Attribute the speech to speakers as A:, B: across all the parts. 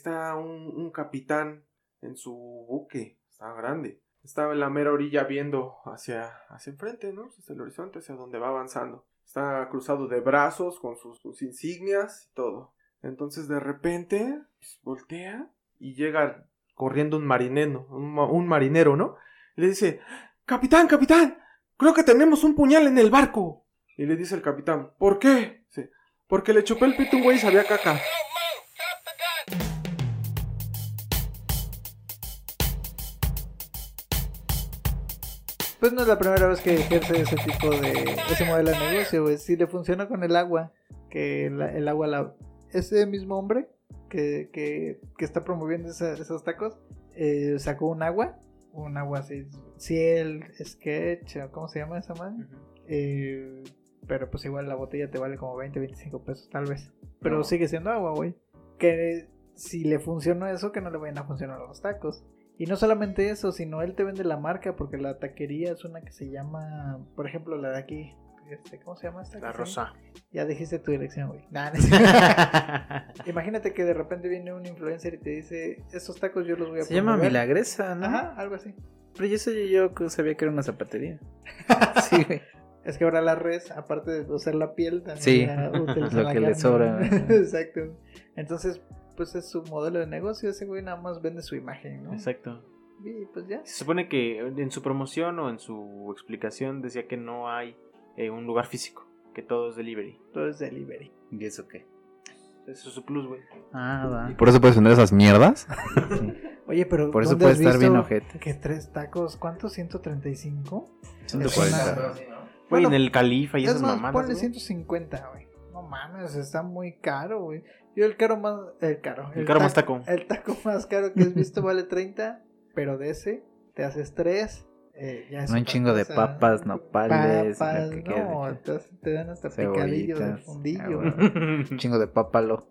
A: está un, un capitán en su buque, está grande. Estaba en la mera orilla viendo hacia, hacia enfrente, ¿no? Hacia el horizonte, hacia donde va avanzando. Está cruzado de brazos, con sus, sus insignias y todo. Entonces de repente pues, voltea y llega corriendo un marinero, un, ma- un marinero, ¿no? Y le dice, Capitán, capitán, creo que tenemos un puñal en el barco. Y le dice el capitán, ¿por qué? Dice, porque le chupé el pito a un güey y sabía caca.
B: Pues no es la primera vez que ejerce ese tipo de. ese modelo de negocio, güey. Si le funciona con el agua, que la- el agua la. Ese mismo hombre que, que, que está promoviendo esa- esos tacos eh, sacó un agua, un agua así, Ciel, Sketch, o ¿cómo se llama esa madre? Eh, pero pues igual la botella te vale como 20, 25 pesos tal vez. Pero
A: No.
B: sigue siendo agua, güey. Que si le funcionó eso, que no le vayan a funcionar los tacos. Y no solamente eso, sino él te vende la marca porque la taquería es una que se llama, por ejemplo, la de aquí. Este, ¿Cómo se llama esta?
C: La
B: que se llama?
C: rosa.
B: Ya dijiste tu dirección, güey. Nah, Ah, no es cierto.
C: se
B: Imagínate que de repente viene un influencer y te dice, estos tacos yo los voy a
D: pues,
C: llama
B: promover".
C: Milagresa, ¿no?
B: Ajá, algo así.
C: Pero yo, sé- yo sabía que era una zapatería. Sí, güey.
B: Es que ahora la res, aparte de usar la piel, también
C: Sí,
B: la utilizan
C: lo
B: la
C: que le
B: carne.
C: sobra.
B: Exacto. Entonces, pues es su modelo de negocio. Ese güey nada más vende su imagen, ¿no?
C: Exacto.
B: Y pues ya.
C: Se supone que en su promoción o en su explicación decía que no hay eh, un lugar físico, que todo es delivery.
B: Todo es delivery.
E: ¿Y eso qué?
C: Eso es su plus, güey.
E: Ah, va.
D: ¿Por eso puedes vender esas mierdas?
B: Oye, pero.
E: Por eso
B: ¿dónde has
E: puede estar bien
B: visto
E: ojete.
B: Que tres tacos, ¿cuántos? ¿135?
E: Es
B: cuarenta.
E: una-
C: Güey,
B: Bueno,
C: en el califa y
B: Es
C: esas
B: más,
C: mamadas.
B: ponle
C: güey.
B: 150, güey. No mames, está muy caro, güey. Yo el caro más. El caro.
C: El caro más taco.
B: El taco más caro que has visto vale 30, pero de ese te haces 3. ya es
E: No, un
B: otra
E: chingo de
B: cosa.
E: papas, nopales,
B: Papas,
E: lo que quieras,
B: no,
E: de
B: te, hace- te dan hasta picadillo de
E: Cebollitas.
B: fundillo.
E: Ah,
B: güey.
E: Un chingo de papalo.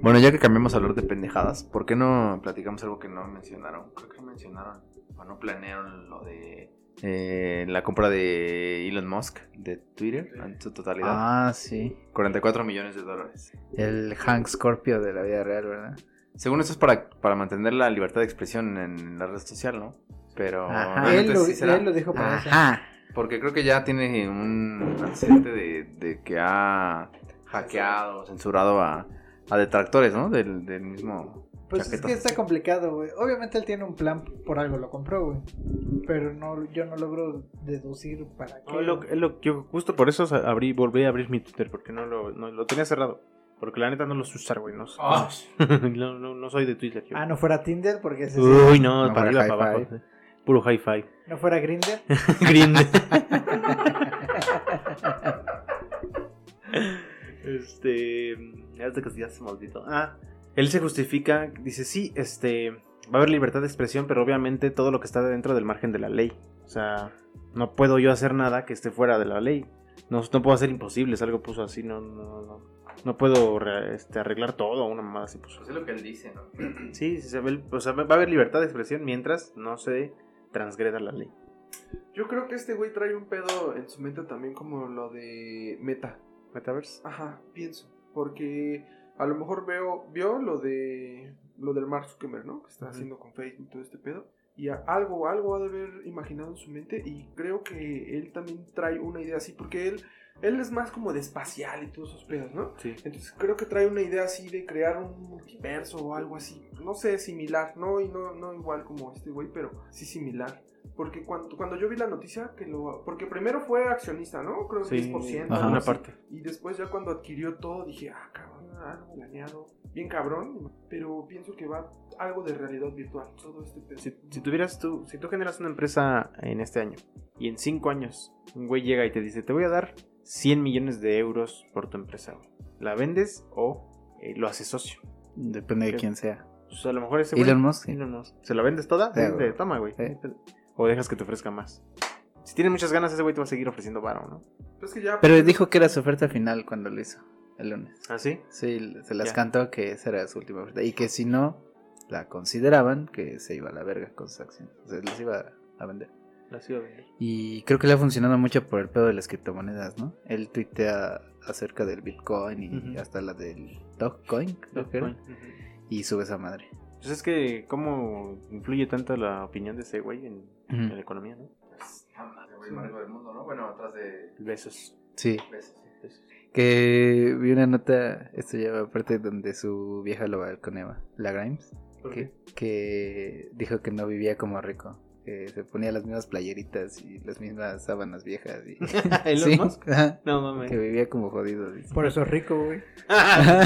D: Bueno, ya que cambiamos a hablar de pendejadas, ¿por qué no platicamos algo que no mencionaron? Creo que mencionaron o no planearon lo de eh, la compra de Elon Musk de Twitter en su totalidad.
E: Ah, sí.
D: 44 millones de dólares.
E: El Hank Scorpio de la vida real, ¿verdad?
D: Según eso es para, para mantener la libertad de expresión en la red social, ¿no? Pero
E: Ajá.
D: realmente
B: él, lo,
D: Oh, sí será.
B: él lo dijo para eso.
E: Ajá.
D: Porque creo que ya tiene un antecedente de, de que ha hackeado, censurado a, a detractores, ¿no? Del, del mismo...
B: Pues es
D: chaqueta.
B: que está complicado, güey. Obviamente él tiene un plan, por algo lo compró, güey. Pero no, yo no logro deducir para qué.
C: No, es lo-
B: güey.
C: es lo- yo justo por eso sa- abrí, volví a abrir mi Twitter, porque no lo, no, lo tenía cerrado. Porque la neta no lo sé usar, güey. No, sé. no, no, no soy de Twitter. yo.
B: Ah, no fuera Tinder, porque ese sí.
C: Uy, no,
E: No,
C: para
E: fuera
C: arriba, para abajo.
E: hi-fi.
C: sí. Puro hi-fi.
B: no fuera Grinder.
C: Green. este. Hasta que ya se me olvidó. Ah, él se justifica, dice: Sí, este. Va a haber libertad de expresión, pero obviamente todo lo que está dentro del margen de la ley. O sea, no puedo yo hacer nada que esté fuera de la ley. No, no puedo hacer imposibles, algo puso así, no, no, no. No puedo re- este, arreglar todo, una mamada así puso.
D: Pues es lo que él dice, ¿no?
C: Sí, sí, se ve el- o sea, va a haber libertad de expresión mientras no se transgreda la ley.
A: Yo creo que este güey trae un pedo en su mente también como lo de Meta.
C: Metaverse.
A: pues, Ajá, pienso. Porque a lo mejor veo, vio lo de lo del Mark Zuckerberg, ¿no? Que está
C: Ujú.
A: haciendo con Facebook y todo este pedo. Y a- algo, algo ha de haber imaginado en su mente. Y creo que él también trae una idea así. Porque él, él es más como de espacial y todos esos pedos, ¿no?
C: Sí.
A: Entonces creo que trae una idea así de crear un multiverso o algo así. No sé, similar. No, y no, no igual como este güey, pero sí similar. Porque cuando, cuando yo vi la noticia, que lo. Porque primero fue accionista, ¿no? Creo que
C: Sí,
A: 10%.
E: ajá.
A: algo
C: una
A: así.
C: parte.
A: Y después ya cuando adquirió todo dije, ah, cabrón, algo planeado. Bien cabrón, pero pienso que va algo de realidad virtual, todo este pedo.
C: Si, si tuvieras tú, si tú generas una empresa en este año y en cinco años un güey llega y te dice, te voy a dar 100 millones de euros por tu empresa, güey. ¿La vendes o eh, lo haces socio?
E: Depende de
C: Ok.
E: quién sea.
C: O sea, a lo mejor ese güey...
E: Elon Musk. sí.
C: Elon Musk. ¿Se la vendes toda?
E: Sí,
C: Sí,
E: güey.
C: te- toma, güey.
E: Sí.
C: O dejas que te ofrezca más. Si tienes muchas ganas, ese güey te va a seguir ofreciendo varo, ¿no?
A: Pues que ya-
E: Pero dijo que era su oferta final cuando lo hizo, el lunes.
C: ¿Ah, sí?
E: Sí, se las
C: Ya.
E: cantó que esa era su última oferta. Y que si no la consideraban, que se iba a la verga con sus acciones. O sea, las iba a vender.
C: La sigo a vender.
E: Y creo que le ha funcionado mucho por el pedo de las criptomonedas, ¿no? Él tuitea acerca del Bitcoin y
C: Ujú.
E: hasta la del Dogecoin, creo que era.
C: Ujú.
E: y sube esa madre.
C: Pues es que, ¿cómo influye tanto la opinión de ese güey en,
E: Mm.
C: en la economía, no?
D: Pues, nada más, güey, más rico del mundo, ¿no? Bueno, atrás de
C: Besos.
E: Sí,
D: besos. besos.
E: que vi una nota, esto ya va aparte donde su vieja lo balconeaba, la Grimes, que, que dijo que no vivía como rico. que se ponía las mismas playeritas y las mismas sábanas viejas. Y...
C: ¿Elon
E: Sí,
C: Musk?
E: ajá,
C: No
E: que
C: mames.
E: vivía como jodido. dice.
B: Por eso es rico, güey.
E: Ajá.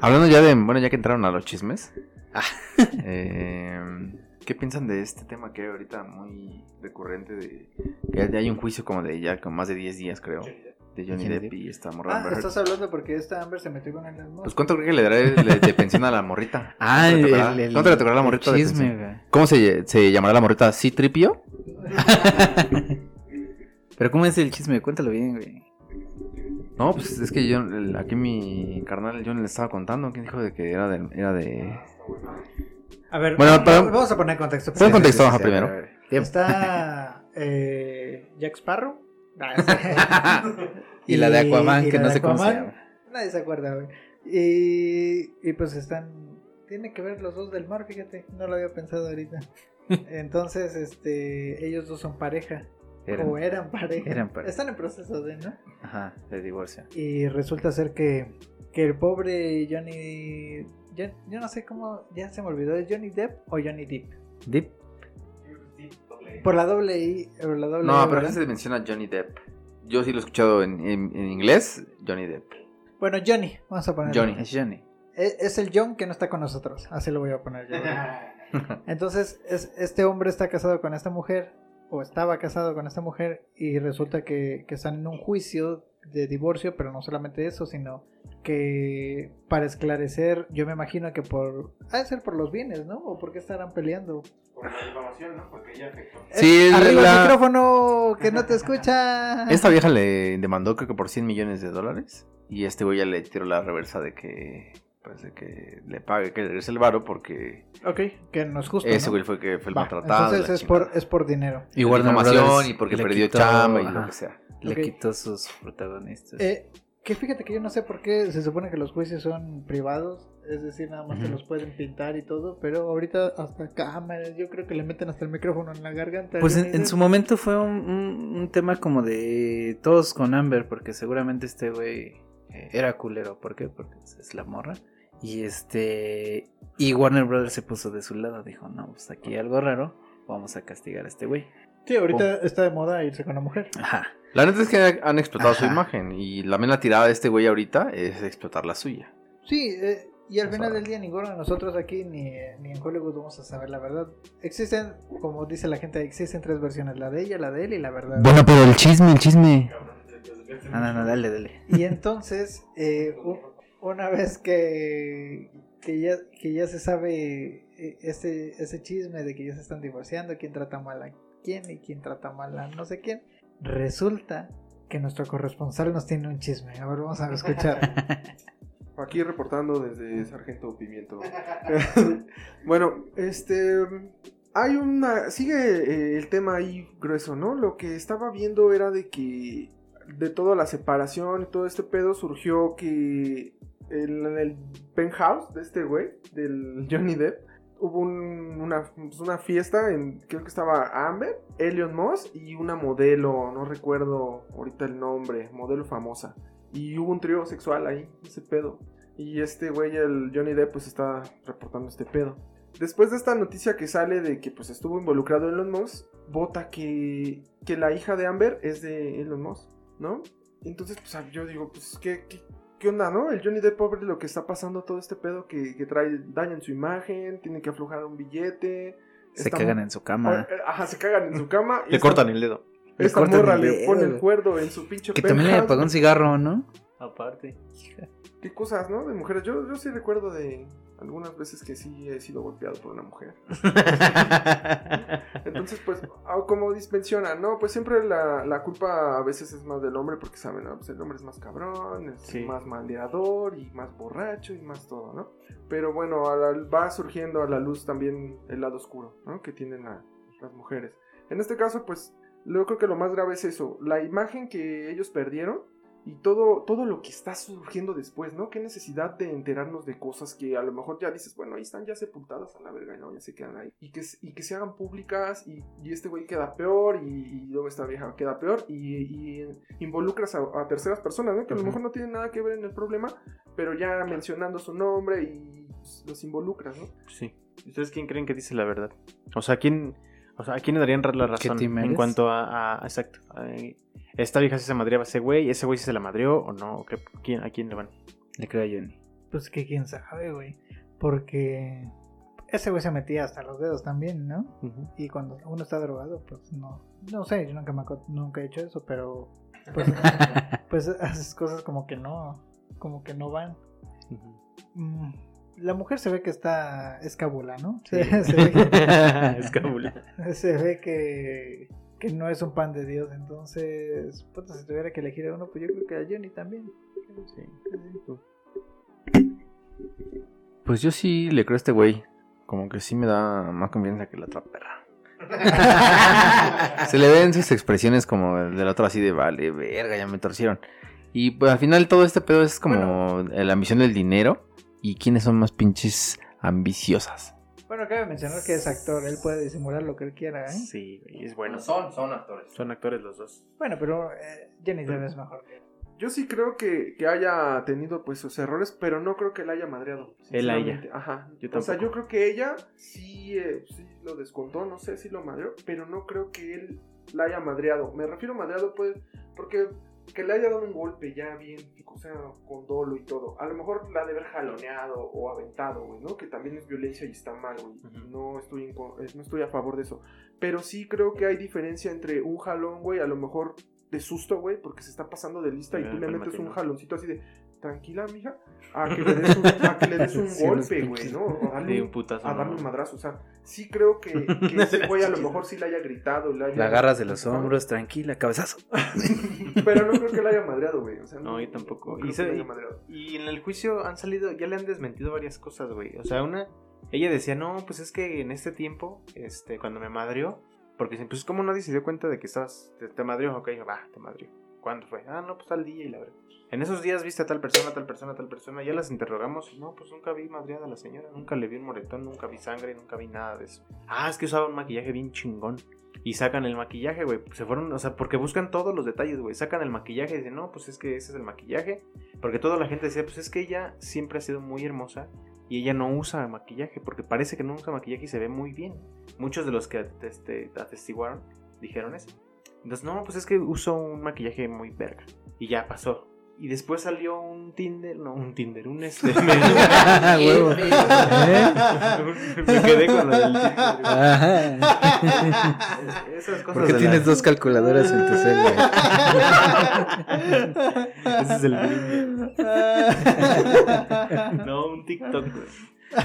D: Hablando ya de, bueno, ya que entraron a los chismes.
E: Ah.
D: eh, ¿Qué piensan de este tema que hay ahorita muy recurrente de que ya hay un juicio como de ya con más de 10 días, creo, de Johnny
E: Johnny
D: Depp
E: Depp.
D: y esta morra
B: Ah,
D: Amber Heard?
B: estás hablando porque esta Amber se metió con Elon Musk.
D: Pues cuánto cree que le dará el- de, de pensión a la morrita?
E: Ah,
D: ¿Cuánto le
E: el,
D: tocará?
E: el-
D: ¿Cuánto le tocará la
E: el
D: morrita de
E: chisme,
D: pensión?
E: güey.
D: ¿Cómo se, se llamará la morrita? ¿Citripio?
E: Pero ¿cómo es el chisme? Cuéntalo bien, güey.
D: No, pues es que yo, el- aquí mi carnal, yo le estaba contando, que dijo de que era de... Era de...
B: A ver,
D: Bueno,
B: vamos-
D: pero-
B: vamos a poner en contexto.
D: Pon
B: primero.
D: contexto, ajá, primero.
E: a ver, a ver. Tiempo.
B: Está eh, Jack Sparrow. Ah, sí.
E: Y la de Aquaman,
B: y
E: que
B: la
E: no
B: de
E: sé cómo se
B: Aquaman,
E: llama.
B: Nadie se acuerda, güey. Y, y pues están. Tiene que ver los dos del mar, fíjate. No lo había pensado ahorita. Entonces, este, ellos dos son pareja.
E: Eran-
B: o eran pareja.
E: eran pareja.
B: Están en proceso de, ¿no?
E: Ajá, de divorcio.
B: Y resulta ser que, que el pobre Johnny. Yo, yo no sé cómo. Ya se me olvidó. ¿Es Johnny Depp o Johnny Depp?
E: Deep.
B: Por la doble I. Por la doble
D: No,
B: I,
D: pero
B: ¿verdad?
D: aquí se menciona Johnny Depp. Yo sí lo he escuchado en, en- en inglés, Johnny Depp.
B: Bueno, Johnny. Vamos a poner.
D: Johnny.
E: Es Johnny.
B: Es, es el John que no está con nosotros. Así lo voy a poner yo. güey. Entonces, es- este hombre está casado con esta mujer, o estaba casado con esta mujer, y resulta que, que están en un juicio de divorcio, pero no solamente eso, sino que para esclarecer, yo me imagino que por. Ha de ser por los bienes, ¿no? ¿O por qué estarán peleando?
A: Por la difamación, ¿no? Porque ella afectó.
D: Sí,
B: Eh, ¡Arriba
D: la-
B: el micrófono! ¡Que no te escucha!
D: Esta vieja le demandó creo que por 100 millones de dólares. Y este güey ya le tiró la reversa de que... Pues de que le pague, que le regrese el varo porque...
B: Ok, que no es justo.
D: Ese
B: ¿no?
D: güey fue el que fue el
B: Pues, Va,
D: maltratado.
B: Entonces
D: la
B: es por,
D: chingada.
B: es por dinero.
D: Y difamación y porque
E: Le
D: perdió
E: quitó-
D: chamba y lo
E: ajá.
D: que sea.
E: Le
B: Ok.
E: quitó sus protagonistas.
B: Eh, que fíjate que yo no sé por qué se supone que los juicios son privados, es decir, nada más se
E: Ujú.
B: los pueden pintar y todo, pero ahorita hasta cámaras, yo creo que le meten hasta el micrófono en la garganta.
E: Pues
B: yo
E: en,
B: ni
E: en
B: sé.
E: su momento fue un, un- un tema como de todos con Amber, porque seguramente este güey eh, era culero. ¿Por qué? Porque pues, es la morra. Y este. Y Warner Brothers se puso de su lado. Dijo, no, pues aquí hay algo raro. Vamos a castigar a este güey.
B: Sí, ahorita
E: Oh.
B: está de moda irse con la mujer.
E: Ajá.
D: La neta es que han explotado su
E: Ajá.
D: imagen y la mera tirada de este güey ahorita es explotar la suya.
B: Sí, eh, y al
D: O
B: final
D: sea-
B: del día ninguno de nosotros aquí ni, ni en Hollywood vamos a saber la verdad. Existen, como dice la gente, existen tres versiones, la de ella, la de él y la verdad.
E: pero el chisme, el chisme. Ah, No, no, no, dale, dale.
B: Y entonces, eh, u- una vez que, que, ya, que ya se sabe eh, ese, ese chisme de que ya se están divorciando, quién trata mal a quién y quién trata mal a no sé quién, resulta que nuestro corresponsal nos tiene un chisme. A ver, vamos a escuchar.
A: Aquí reportando desde Sargento Pimiento. bueno, este. Hay una. Sigue eh, el tema ahí grueso, ¿no? Lo que estaba viendo era de que. De toda la separación y todo este pedo surgió que. En el penthouse de este güey, del Johnny Depp, hubo un- una, pues, una fiesta en. Creo que estaba Amber, Elion Moss y una modelo, no recuerdo ahorita el nombre, modelo famosa. Y hubo un trío sexual ahí, ese pedo. Y este güey, el Johnny Depp, pues está reportando este pedo. Después de esta noticia que sale de que pues estuvo involucrado Elon Musk, vota que, que la hija de Amber es de Elon Musk, ¿no? Entonces, pues yo digo, pues, ¿qué, qué, qué onda, no? El Johnny Depp, pobre, lo que está pasando, todo este pedo que, que trae daño en su imagen, tiene que aflojar un billete. Eh,
E: Se cagan en su cama.
A: Ajá, se cagan en su cama. y
C: Le
A: esta-
C: cortan el dedo.
E: le
A: Esta
E: cortan
A: morra
E: el
A: le
E: dedo,
A: pone el
E: güey.
A: cuerdo en su pinche
E: Que también le
A: penthouse,
E: pagó un cigarro, ¿no?
C: Aparte.
A: qué cosas, ¿no? De mujeres. Yo, yo sí recuerdo de algunas veces que sí he sido golpeado por una mujer. Entonces, pues, ah, como dispensiona, ¿no? Pues siempre la, la culpa a veces es más del hombre porque saben, ¿no? Pues el hombre es más cabrón, es
C: Sí.
A: más maleador y más borracho y más todo, ¿no? Pero bueno, a la- va surgiendo a la luz también el lado oscuro, ¿no? Que tienen la- las mujeres. En este caso, pues, yo creo que lo más grave es eso, la imagen que ellos perdieron y todo, todo lo que está surgiendo después, ¿no? Qué necesidad de enterarnos de cosas que a lo mejor ya dices, bueno, ahí están ya sepultadas a la verga, ¿no? Ya se quedan ahí. Y que, s- y que se hagan públicas y, y este güey queda peor y, y luego esta vieja queda peor y, y involucras a, a terceras personas, ¿no? Que a lo
C: Ujú.
A: mejor no tienen nada que ver en el problema, pero ya mencionando su nombre y pues, los involucras, ¿no?
C: Sí. ¿Ustedes quién creen que dice la verdad? O sea, ¿quién, o sea, ¿a quién le darían ra- la razón
E: team
C: en
E: eres?
C: cuanto a, a- exacto? a- esta vieja sí se madreaba a ese güey, ese güey sí se la madreó o no, ¿O qué- quién- ¿a quién le van?
E: Le creo a Johnny.
B: Pues que quién sabe, güey. Porque ese güey se metía hasta los dedos también, ¿no? Y cuando uno está drogado, pues no. No sé, yo nunca, me, aco- nunca he hecho eso, pero. Pues, pues haces cosas como que no. Como que no van. Mm, La mujer se ve que está escabula, ¿no? Se, se ve que,
C: Escábula.
B: se ve que, que no es un pan de Dios. Entonces, puta, si tuviera que elegir a uno, pues yo creo que a Johnny también.
D: Pues yo sí le creo a este güey. Como que sí me da más confianza que la otra perra. Se le ven sus expresiones como de la otra así de vale, verga, ya me torcieron. Y pues al final todo este pedo es como la ambición del dinero y quiénes son más pinches ambiciosas.
B: Bueno, cabe mencionar que es actor, él puede disimular lo que él quiera, ¿eh?
C: Sí, güey, es bueno.
D: son, son actores.
C: Son actores los dos.
B: Bueno, pero eh, Johnny Depp es mejor.
A: Yo sí creo que, que haya tenido pues sus errores, pero no creo que la haya madreado.
C: Él a ella.
A: sinceramente. Ajá.
C: Yo
A: O sea,
C: tampoco.
A: yo creo que ella sí, eh, sí lo descontó, no sé si lo madreó, pero no creo que él la haya madreado. Me refiero a madreado pues porque que le haya dado un golpe ya bien, o sea, con dolo y todo. A lo mejor la ha de haber jaloneado o aventado, güey, ¿no? Que también es violencia y está mal, güey.
C: Ujú.
A: No estoy en con- eh, no estoy a favor de eso. Pero sí creo que hay diferencia entre un jalón, güey, a lo mejor de susto, güey, porque se está pasando de lista y
C: Ya,
A: tú le metes
C: cálmate,
A: un
C: ¿no?
A: jaloncito así de tranquila, mija, a que le des un, a que le des un
C: Sí, unos
A: golpe, güey,
C: pinches-
A: ¿no? O darle
C: De
A: un-
C: un putazo.
E: Ah,
A: a
C: ¿no?
A: darle un madrazo. O sea, sí creo que, que ese güey a lo mejor sí le haya gritado. Le haya-
E: La agarras de los hombros, tranquila, cabezazo.
A: Pero no creo que le haya madreado, güey. O sea,
C: No, yo tampoco.
A: no creo
C: Y
A: que
C: se-
A: le haya madreado.
C: Y en el juicio han salido, ya le han desmentido varias cosas, güey. O sea, una, ella decía, no, pues es que en este tiempo, este, cuando me madrió, porque dicen, pues como nadie se dio cuenta de que estabas, te, te madrió, ok, va, te madrió. ¿Cuándo fue? Ah, no, pues al día y la verdad. En esos días viste a tal persona, tal persona, tal persona, ya las interrogamos, no, pues nunca vi madreada a la señora, nunca le vi un moretón, nunca vi sangre, nunca vi nada de eso. Ah, es que usaba un maquillaje bien chingón. Y sacan el maquillaje, güey. Se fueron, o sea, porque buscan todos los detalles, güey. Sacan el maquillaje y dicen, no, pues es que ese es el maquillaje. Porque toda la gente decía, pues es que ella siempre ha sido muy hermosa y ella no usa maquillaje, porque parece que no usa maquillaje y se ve muy bien. Muchos de los que este, atestiguaron dijeron eso. Entonces, no, pues es que usó un maquillaje muy verga. Y ya pasó. Y después salió un Tinder, no, un Tinder, un este. me,
E: Ah, Huevo. ¿Eh?
C: me quedé con lo del Tinder, güey.
E: Ah. Ajá.
C: Esas cosas
E: ¿Por
C: de
E: qué
C: la-
E: tienes dos calculadoras en tu cel, güey?
C: Ese es el Grindr. No, un TikTok, güey.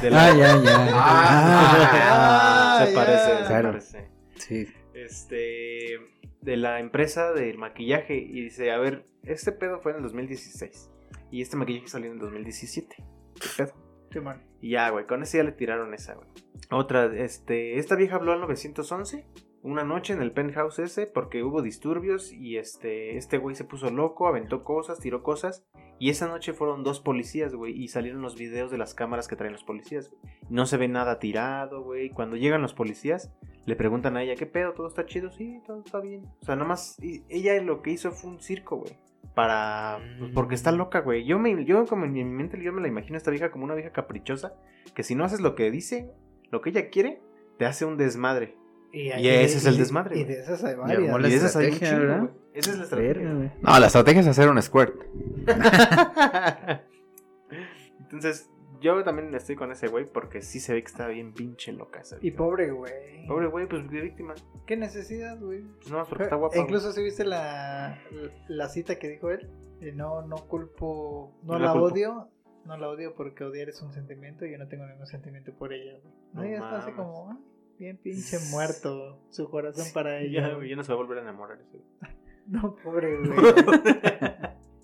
C: De la-
E: Ah, ya, ya.
C: Ah,
B: Ah,
C: se
B: ya.
C: parece, se
E: Claro.
C: parece.
E: Sí.
C: este de la empresa del maquillaje y dice, a ver, este pedo fue en el 2016 y este maquillaje salió en el 2017. ¿Qué pedo?
B: Simón.
C: Y ya, güey, con ese ya le tiraron esa, güey. Otra, este, esta vieja habló al 911 una noche en el penthouse ese porque hubo disturbios y este, este güey se puso loco, aventó cosas, tiró cosas. Y esa noche fueron dos policías, güey, y salieron los videos de las cámaras que traen los policías. güey. No se ve nada tirado, güey. Cuando llegan los policías, le preguntan a ella, ¿qué pedo? ¿Todo está chido? Sí, todo está bien. O sea, nomás, y- ella lo que hizo fue un circo, güey. Para... pues, porque está loca, güey. Yo, me, yo como en mi mente yo me la imagino a esta vieja como una vieja caprichosa que si no haces lo que dice, lo que ella quiere, te hace un desmadre.
B: ahí-
C: Y ese es el
B: y-
C: desmadre,
B: Y
C: güey.
B: de esas hay
E: Y armó
B: varias.
E: la
C: Y de esas hay un
E: estrategia,
C: chingo,
E: ¿verdad?
C: güey. Esa es la
E: Verga,
C: estrategia.
E: güey.
D: No, la estrategia es hacer un squirt.
C: Entonces, yo también estoy con ese güey porque sí se ve que está bien pinche loca esa
B: Y
C: vieja.
B: pobre, güey.
C: Pobre güey, pues de víctima.
B: Qué necesidad, güey.
C: Pues no más porque está guapa.
B: E incluso si viste la, la cita que dijo él, de no, no culpo, no,
C: No la
B: la,
C: culpo.
B: odio, no la odio porque odiar es un sentimiento y yo no tengo ningún sentimiento por ella. güey. No,
C: No
B: ella está así
C: mames.
B: como, ah, bien pinche muerto su corazón para
C: güey.
B: ella.
C: Ya, güey,
B: güey.
C: ya no se va a volver a enamorar ese güey.
B: No, pobre, güey.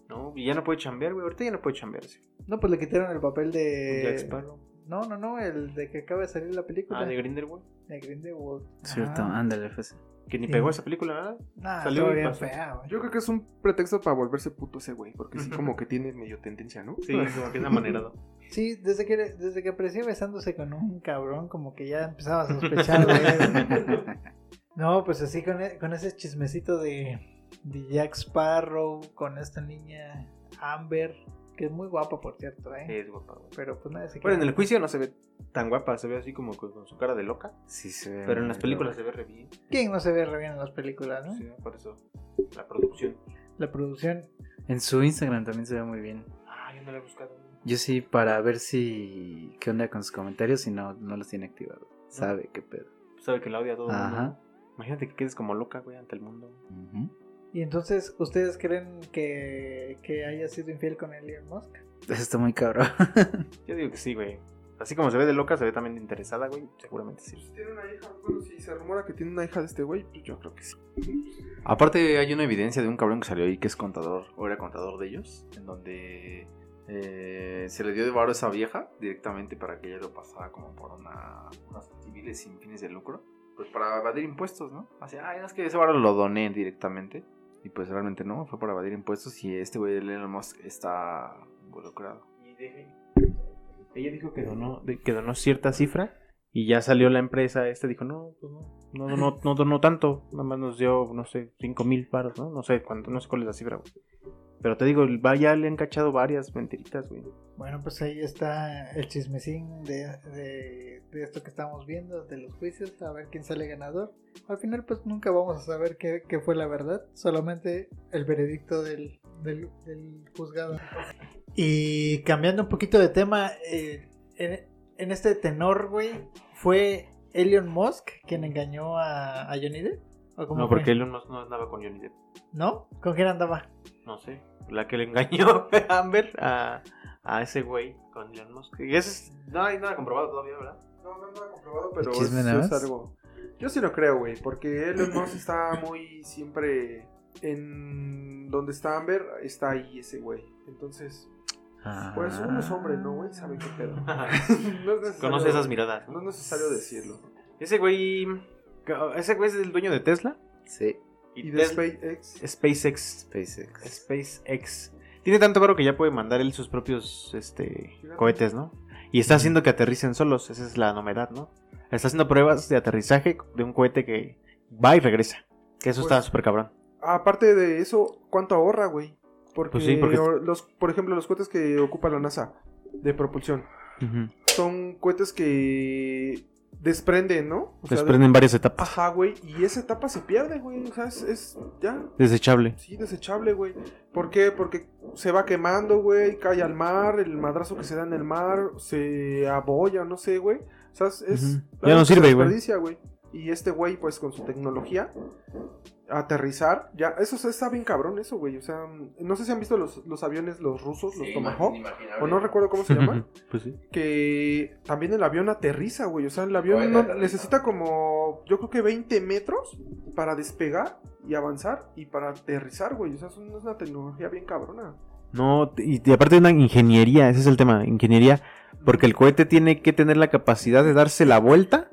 C: No, y ya no puede chambear, güey. Ahorita ya no puede chambear. sí.
B: No, pues le quitaron el papel de...
C: Jack Sparrow.
B: No, no, no, el de que acaba de salir la película.
C: Ah, de Grinder, güey.
B: de Grindelwald.
E: Cierto,
B: Ajá.
E: ándale, pues.
C: Que ni
B: Sí.
C: pegó esa película, ¿verdad?
B: Nah,
C: Salió
B: estuvo
C: y
B: bien
C: pasó.
B: fea, güey.
A: Yo creo que es un pretexto para volverse puto ese güey, porque sí como que tiene medio tendencia, ¿no?
C: Sí, como que es amanerado.
B: Sí, desde que, desde que apareció besándose con un cabrón, como que ya empezaba a sospechar, güey. No, pues así con, e- con ese chismecito de, de Jack Sparrow, con esta niña Amber, que es muy guapa, por cierto, ¿eh?
C: Es guapa, güey.
B: Pero pues nadie se
C: Bueno, en
B: queda.
C: el juicio no se ve tan guapa, se ve así como con, con su cara de loca.
D: Sí, se ve
C: Pero en
D: muy
C: las películas
D: loco.
C: se ve re bien.
B: ¿Quién no se ve re bien en las películas, no?
C: Sí, por eso. La producción.
B: La producción.
E: En su Instagram también se ve muy bien.
C: Ah, yo no la he buscado.
E: Yo sí, para ver si. ¿Qué onda con sus comentarios? Si no, no los tiene activados. Sabe qué pedo.
C: Sabe que la odia a todo el mundo.
E: Ah. Ajá.
C: Imagínate que quedes como loca, güey, ante el mundo.
E: Ujú.
B: Y entonces, ¿ustedes creen que, que haya sido infiel con Elon Musk?
E: Eso está muy cabrón.
C: Yo digo que sí, güey. Así como se ve de loca, se ve también de interesada, güey. Seguramente sí.
A: Si Pues, tiene una hija, bueno, si se rumora que tiene una hija de este güey, pues yo creo que sí.
D: Aparte hay una evidencia de un cabrón que salió ahí que es contador, o era contador de ellos, en donde eh, se le dio de varo a esa vieja directamente para que ella lo pasara como por una, unas civiles sin fines de lucro, pues para evadir impuestos, ¿no? Así, ay, es que ese varo lo doné directamente, y pues realmente no, fue para evadir impuestos y este güey de Elon Musk está involucrado.
C: Ella dijo que donó, de- que donó cierta cifra y ya salió la empresa esta dijo, no, pues no, no, donó- no donó tanto, nada más nos dio, no sé, cinco mil paros, ¿no? No sé cuánto, no sé cuál es la cifra, güey. Pero te digo, el- va- ya le han cachado varias mentiritas, güey.
B: Bueno, pues ahí está el chismecín de, de, de esto que estamos viendo, de los juicios, a ver quién sale ganador. Al final, pues nunca vamos a saber qué, qué fue la verdad, solamente el veredicto del, del- del juzgado. Y cambiando un poquito de tema, eh, en, en este tenor, güey, fue Elon Musk quien engañó a, a Johnny Depp. ¿O cómo
C: No,
B: fue?
C: porque él no, no andaba con Johnny Depp.
B: ¿No? ¿Con quién andaba?
C: No sé, la que le engañó a Amber a, a ese güey con Elon Musk. Y eso es, no hay nada comprobado todavía, ¿verdad?
A: No, no, no, comprobado, pero es,
E: chisme nada
A: es
E: más?
A: algo. Yo sí lo creo, güey, porque Elon Musk está muy siempre en donde está Amber, está ahí ese güey. Entonces, pues
E: Ah.
A: uno es hombre, ¿no, güey? Sabe qué pedo. No es necesario-
C: Conoce esas miradas.
A: No
C: ¿no?
A: es necesario decirlo.
C: Ese güey, ese güey es el dueño de Tesla.
E: Sí,
A: Y de
C: Tesla-
A: SpaceX.
C: SpaceX.
E: SpaceX.
C: SpaceX. Tiene tanto varo que ya puede mandar él sus propios este,
A: Gigantes.
C: cohetes, ¿no? Y está haciendo que aterricen solos, esa es la novedad, ¿no? Está haciendo pruebas de aterrizaje de un cohete que va y regresa. Que eso
A: Pues-
C: está súper cabrón.
A: Aparte de eso, ¿cuánto ahorra, güey? Porque,
C: Pues sí, porque-
A: o- los, por ejemplo, los cohetes que ocupa la NASA de propulsión son cohetes que desprenden, ¿no? O sea,
C: Les prenden varias
A: de-
C: etapas.
A: Ajá, güey. Y esa etapa se pierde, güey. O sea, es, es ya,
C: Desechable.
A: sí, desechable, güey. ¿Por qué? Porque se va quemando, güey. Cae al mar, el madrazo que se da en el mar se aboya, no sé, güey. O sea, es. es
C: Ujú. Ya
A: algo
C: no
A: que se
C: sirve, güey.
A: desperdicia, güey. Y este güey, pues con su tecnología, aterrizar, ya. Eso se- está bien cabrón, eso, güey. O sea, no sé si han visto los, los aviones, los rusos, los Tomahawk. O no recuerdo cómo se llaman
C: pues sí.
A: que también el avión aterriza, güey. O sea, el
D: Oye,
A: avión no-
D: aterriza.
A: necesita como, yo creo que 20 metros para despegar y avanzar y para aterrizar, güey. O sea, es una es una tecnología bien cabrona.
C: No, y, y aparte de una ingeniería, ese es el tema, ingeniería, porque el cohete tiene que tener la capacidad de darse la vuelta,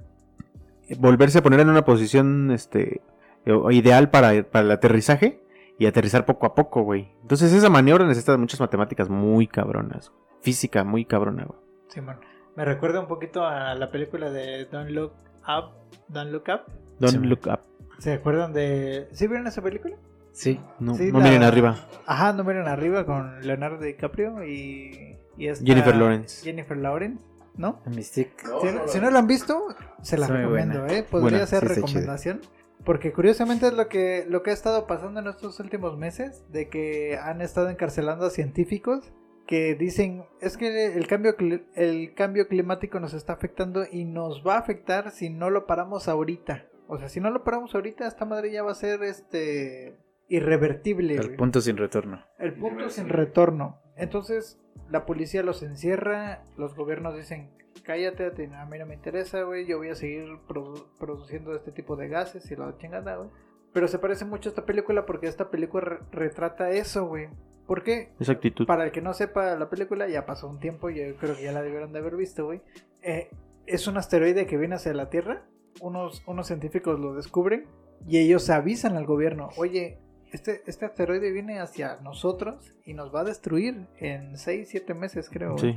C: eh, volverse a poner en una posición este, o- ideal para, para el aterrizaje y aterrizar poco a poco, güey. Entonces esa maniobra necesita de muchas matemáticas muy cabronas, física muy cabrona, güey.
B: Simón. Me recuerda un poquito a la película de Don't Look Up. Don't Look Up.
C: Don't
E: Sí, man.
C: look up.
B: ¿Se acuerdan de.? ¿Sí vieron esa película?
E: Sí.
C: No,
B: Sí,
C: no
B: la-
C: miren arriba.
B: Ajá, No miren arriba con Leonardo DiCaprio y. y esta-
C: Jennifer Lawrence.
B: Jennifer Lawrence, ¿no?
E: Mystic.
B: si, no, si no la han visto, se la
E: Está muy
B: recomiendo,
E: buena.
B: ¿eh? Podría
E: Buena,
B: ser
E: sí está chida.
B: recomendación. Porque curiosamente es lo que, lo que ha estado pasando en estos últimos meses, de que han estado encarcelando a científicos que dicen, es que el cambio, cli- el cambio climático nos está afectando y nos va a afectar si no lo paramos ahorita. O sea, si no lo paramos ahorita, esta madre ya va a ser este irrevertible.
E: El
B: güey.
E: punto sin retorno.
B: El punto sin retorno. Entonces, la policía los encierra, los gobiernos dicen, cállate, a ti- a mí no me interesa, güey, yo voy a seguir produ- produciendo este tipo de gases y la chingada, güey. Pero se parece mucho a esta película porque esta película re- retrata eso, güey. ¿Por qué?
C: Esa actitud.
B: Para el que no sepa la película, ya pasó un tiempo, yo creo que ya la debieron de haber visto, güey. Eh, es un asteroide que viene hacia la Tierra, unos, unos científicos lo descubren Y ellos avisan al gobierno, oye, este, este asteroide viene hacia nosotros y nos va a destruir en 6, 7 meses, creo.
C: Sí.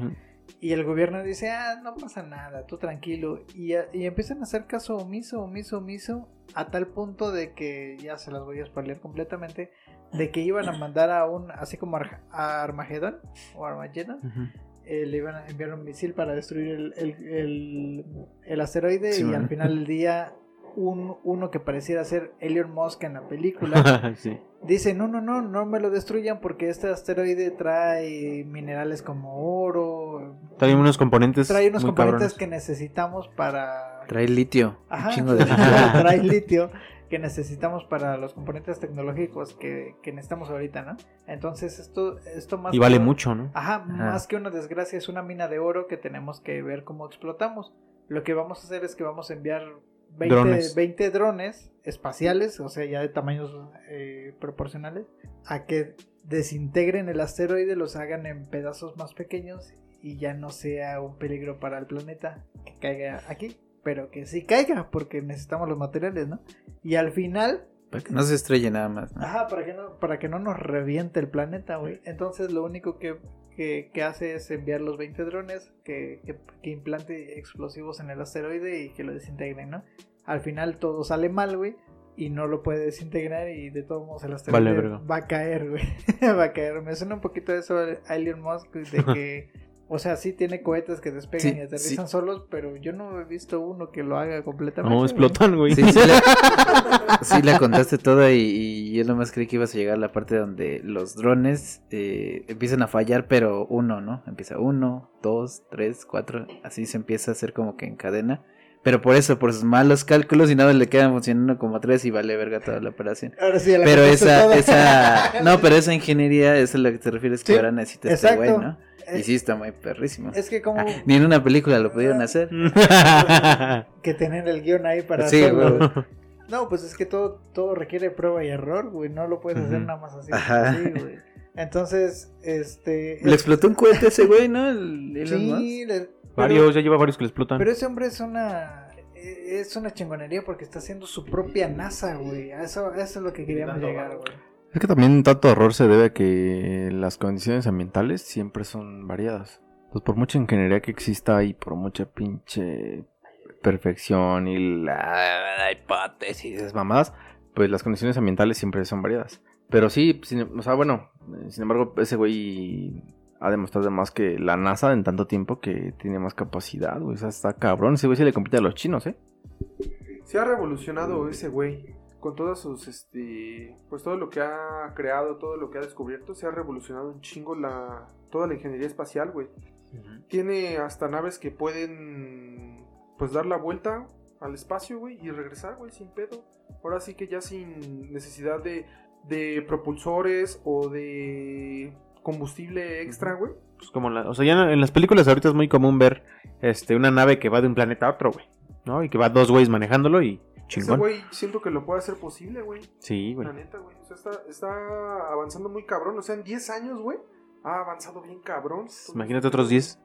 B: Y el gobierno dice, ah, no pasa nada, tú tranquilo. Y, y empiezan a hacer caso omiso, omiso, omiso, a tal punto de que, ya se las voy a spoiler completamente, de que iban a mandar a un, así como Arja- a Armagedón o Armageddon, eh, le iban a enviar un misil para destruir el, el- el- el asteroide
C: Sí,
B: y
C: bueno.
B: al final del día un, uno que pareciera ser Elon Musk en la película
C: sí.
B: dice no, no, no, no me lo destruyan porque este asteroide trae minerales como oro,
C: Trae unos componentes.
B: trae unos
C: muy
B: componentes
C: cabrones.
B: que necesitamos para...
E: Trae litio.
B: Ajá,
E: Un chingo de litio.
B: trae litio que necesitamos para los componentes tecnológicos que, que necesitamos ahorita, ¿no? Entonces esto, esto más... Ah,
C: Y vale
B: que-
C: mucho, ¿no?
B: Ajá, más que una desgracia es una mina de oro que tenemos que ver cómo explotamos. Lo que vamos a hacer es que vamos a enviar 20
C: Drones.
B: drones, drones espaciales, o sea, ya de tamaños eh, proporcionales, a que desintegren el asteroide, los hagan en pedazos más pequeños y ya no sea un peligro para el planeta que caiga aquí, pero que sí caiga porque necesitamos los materiales, ¿no? Y al final
E: Para que no se estrelle nada más. ¿no?
B: Ajá, para que no, para que no nos reviente el planeta, güey. Entonces lo único que, que, que hace es enviar los 20 drones que, que, que implante explosivos en el asteroide y que lo desintegren, ¿no? Al final todo sale mal, güey. Y no lo puede desintegrar y de todos modos el asteroide
C: Vale, verga.
B: va a caer, güey. va a caer. Me suena un poquito eso a Elon Musk de que... o sea, sí tiene cohetes que despegan
E: Sí,
B: y aterrizan solos, pero yo no he visto uno que lo haga completamente.
C: No,
B: güey.
C: explotan, güey.
E: Sí, sí, la, sí la contaste toda y, y yo nomás creí que ibas a llegar a la parte donde los drones eh, empiezan a fallar, pero uno, ¿no? Empieza uno, dos, tres, cuatro, así se empieza a hacer como que en cadena. Pero por eso, por sus malos cálculos y nada le quedan funcionando como tres y vale verga toda la operación.
B: Ahora sí, ya la
E: Pero
B: contaste
E: esa,
B: toda.
E: esa, no, pero esa ingeniería es a la que te refieres que
B: Sí,
E: ahora necesita este güey,
B: exacto.
E: ¿no?
B: Eh,
E: Y sí está muy perrísimo.
B: Es que como
E: Ah, ni en una película lo pudieron hacer.
B: que tener el guión ahí para
E: Sí,
B: hacerlo.
E: güey.
B: No, pues es que todo, todo requiere prueba y error, güey. No lo puedes hacer
C: Ujú.
B: nada más así.
E: Ajá.
B: así, güey. Entonces, este.
E: Le explotó un cohete a ese güey, ¿no? El Elon Musk.
B: Sí, le- pero-
C: varios, ya lleva varios que le explotan.
B: Pero, ese hombre es una. e- Es una chingonería porque está haciendo su propia NASA, güey. A eso, a eso es lo que queríamos
A: Tanto
B: llegar,
A: valor.
B: güey.
D: Es que también tanto horror se debe a que las condiciones ambientales siempre son variadas. Entonces, por mucha ingeniería que exista y por mucha pinche perfección y la, la hipótesis, esas mamadas, pues las condiciones ambientales siempre son variadas. Pero sí, sin- o sea, bueno, eh, sin embargo, ese güey ha demostrado más que la NASA en tanto tiempo que tiene más capacidad, güey. O sea, está cabrón. Ese güey se le compite a los chinos, ¿eh?
A: Se ha revolucionado ese güey. Con todas sus, este, pues todo lo que ha creado, todo lo que ha descubierto, se ha revolucionado un chingo la, toda la ingeniería espacial, güey. Tiene hasta naves que pueden, pues dar la vuelta al espacio, güey, y regresar, güey, sin pedo. Ahora sí que ya sin necesidad de, de propulsores o de combustible extra, güey.
C: Pues como la- o sea, ya en las películas ahorita es muy común ver este, una nave que va de un planeta a otro, güey. ¿No? Y que va dos güeyes manejándolo y
A: Ese
C: chingón.
A: güey siento que lo puede hacer posible, güey.
C: sí, güey.
A: La neta, güey. O sea, está, está avanzando muy cabrón. O sea, en 10 años, güey, ha avanzado bien cabrón.
C: Pues Imagínate otros 10.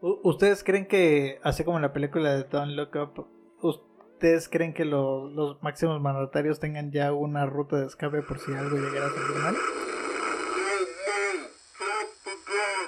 B: U- ¿Ustedes creen que, así como en la película de Don Look Up, ¿ustedes creen que lo- los máximos mandatarios tengan ya una ruta de escape por si algo llegara a salir mal?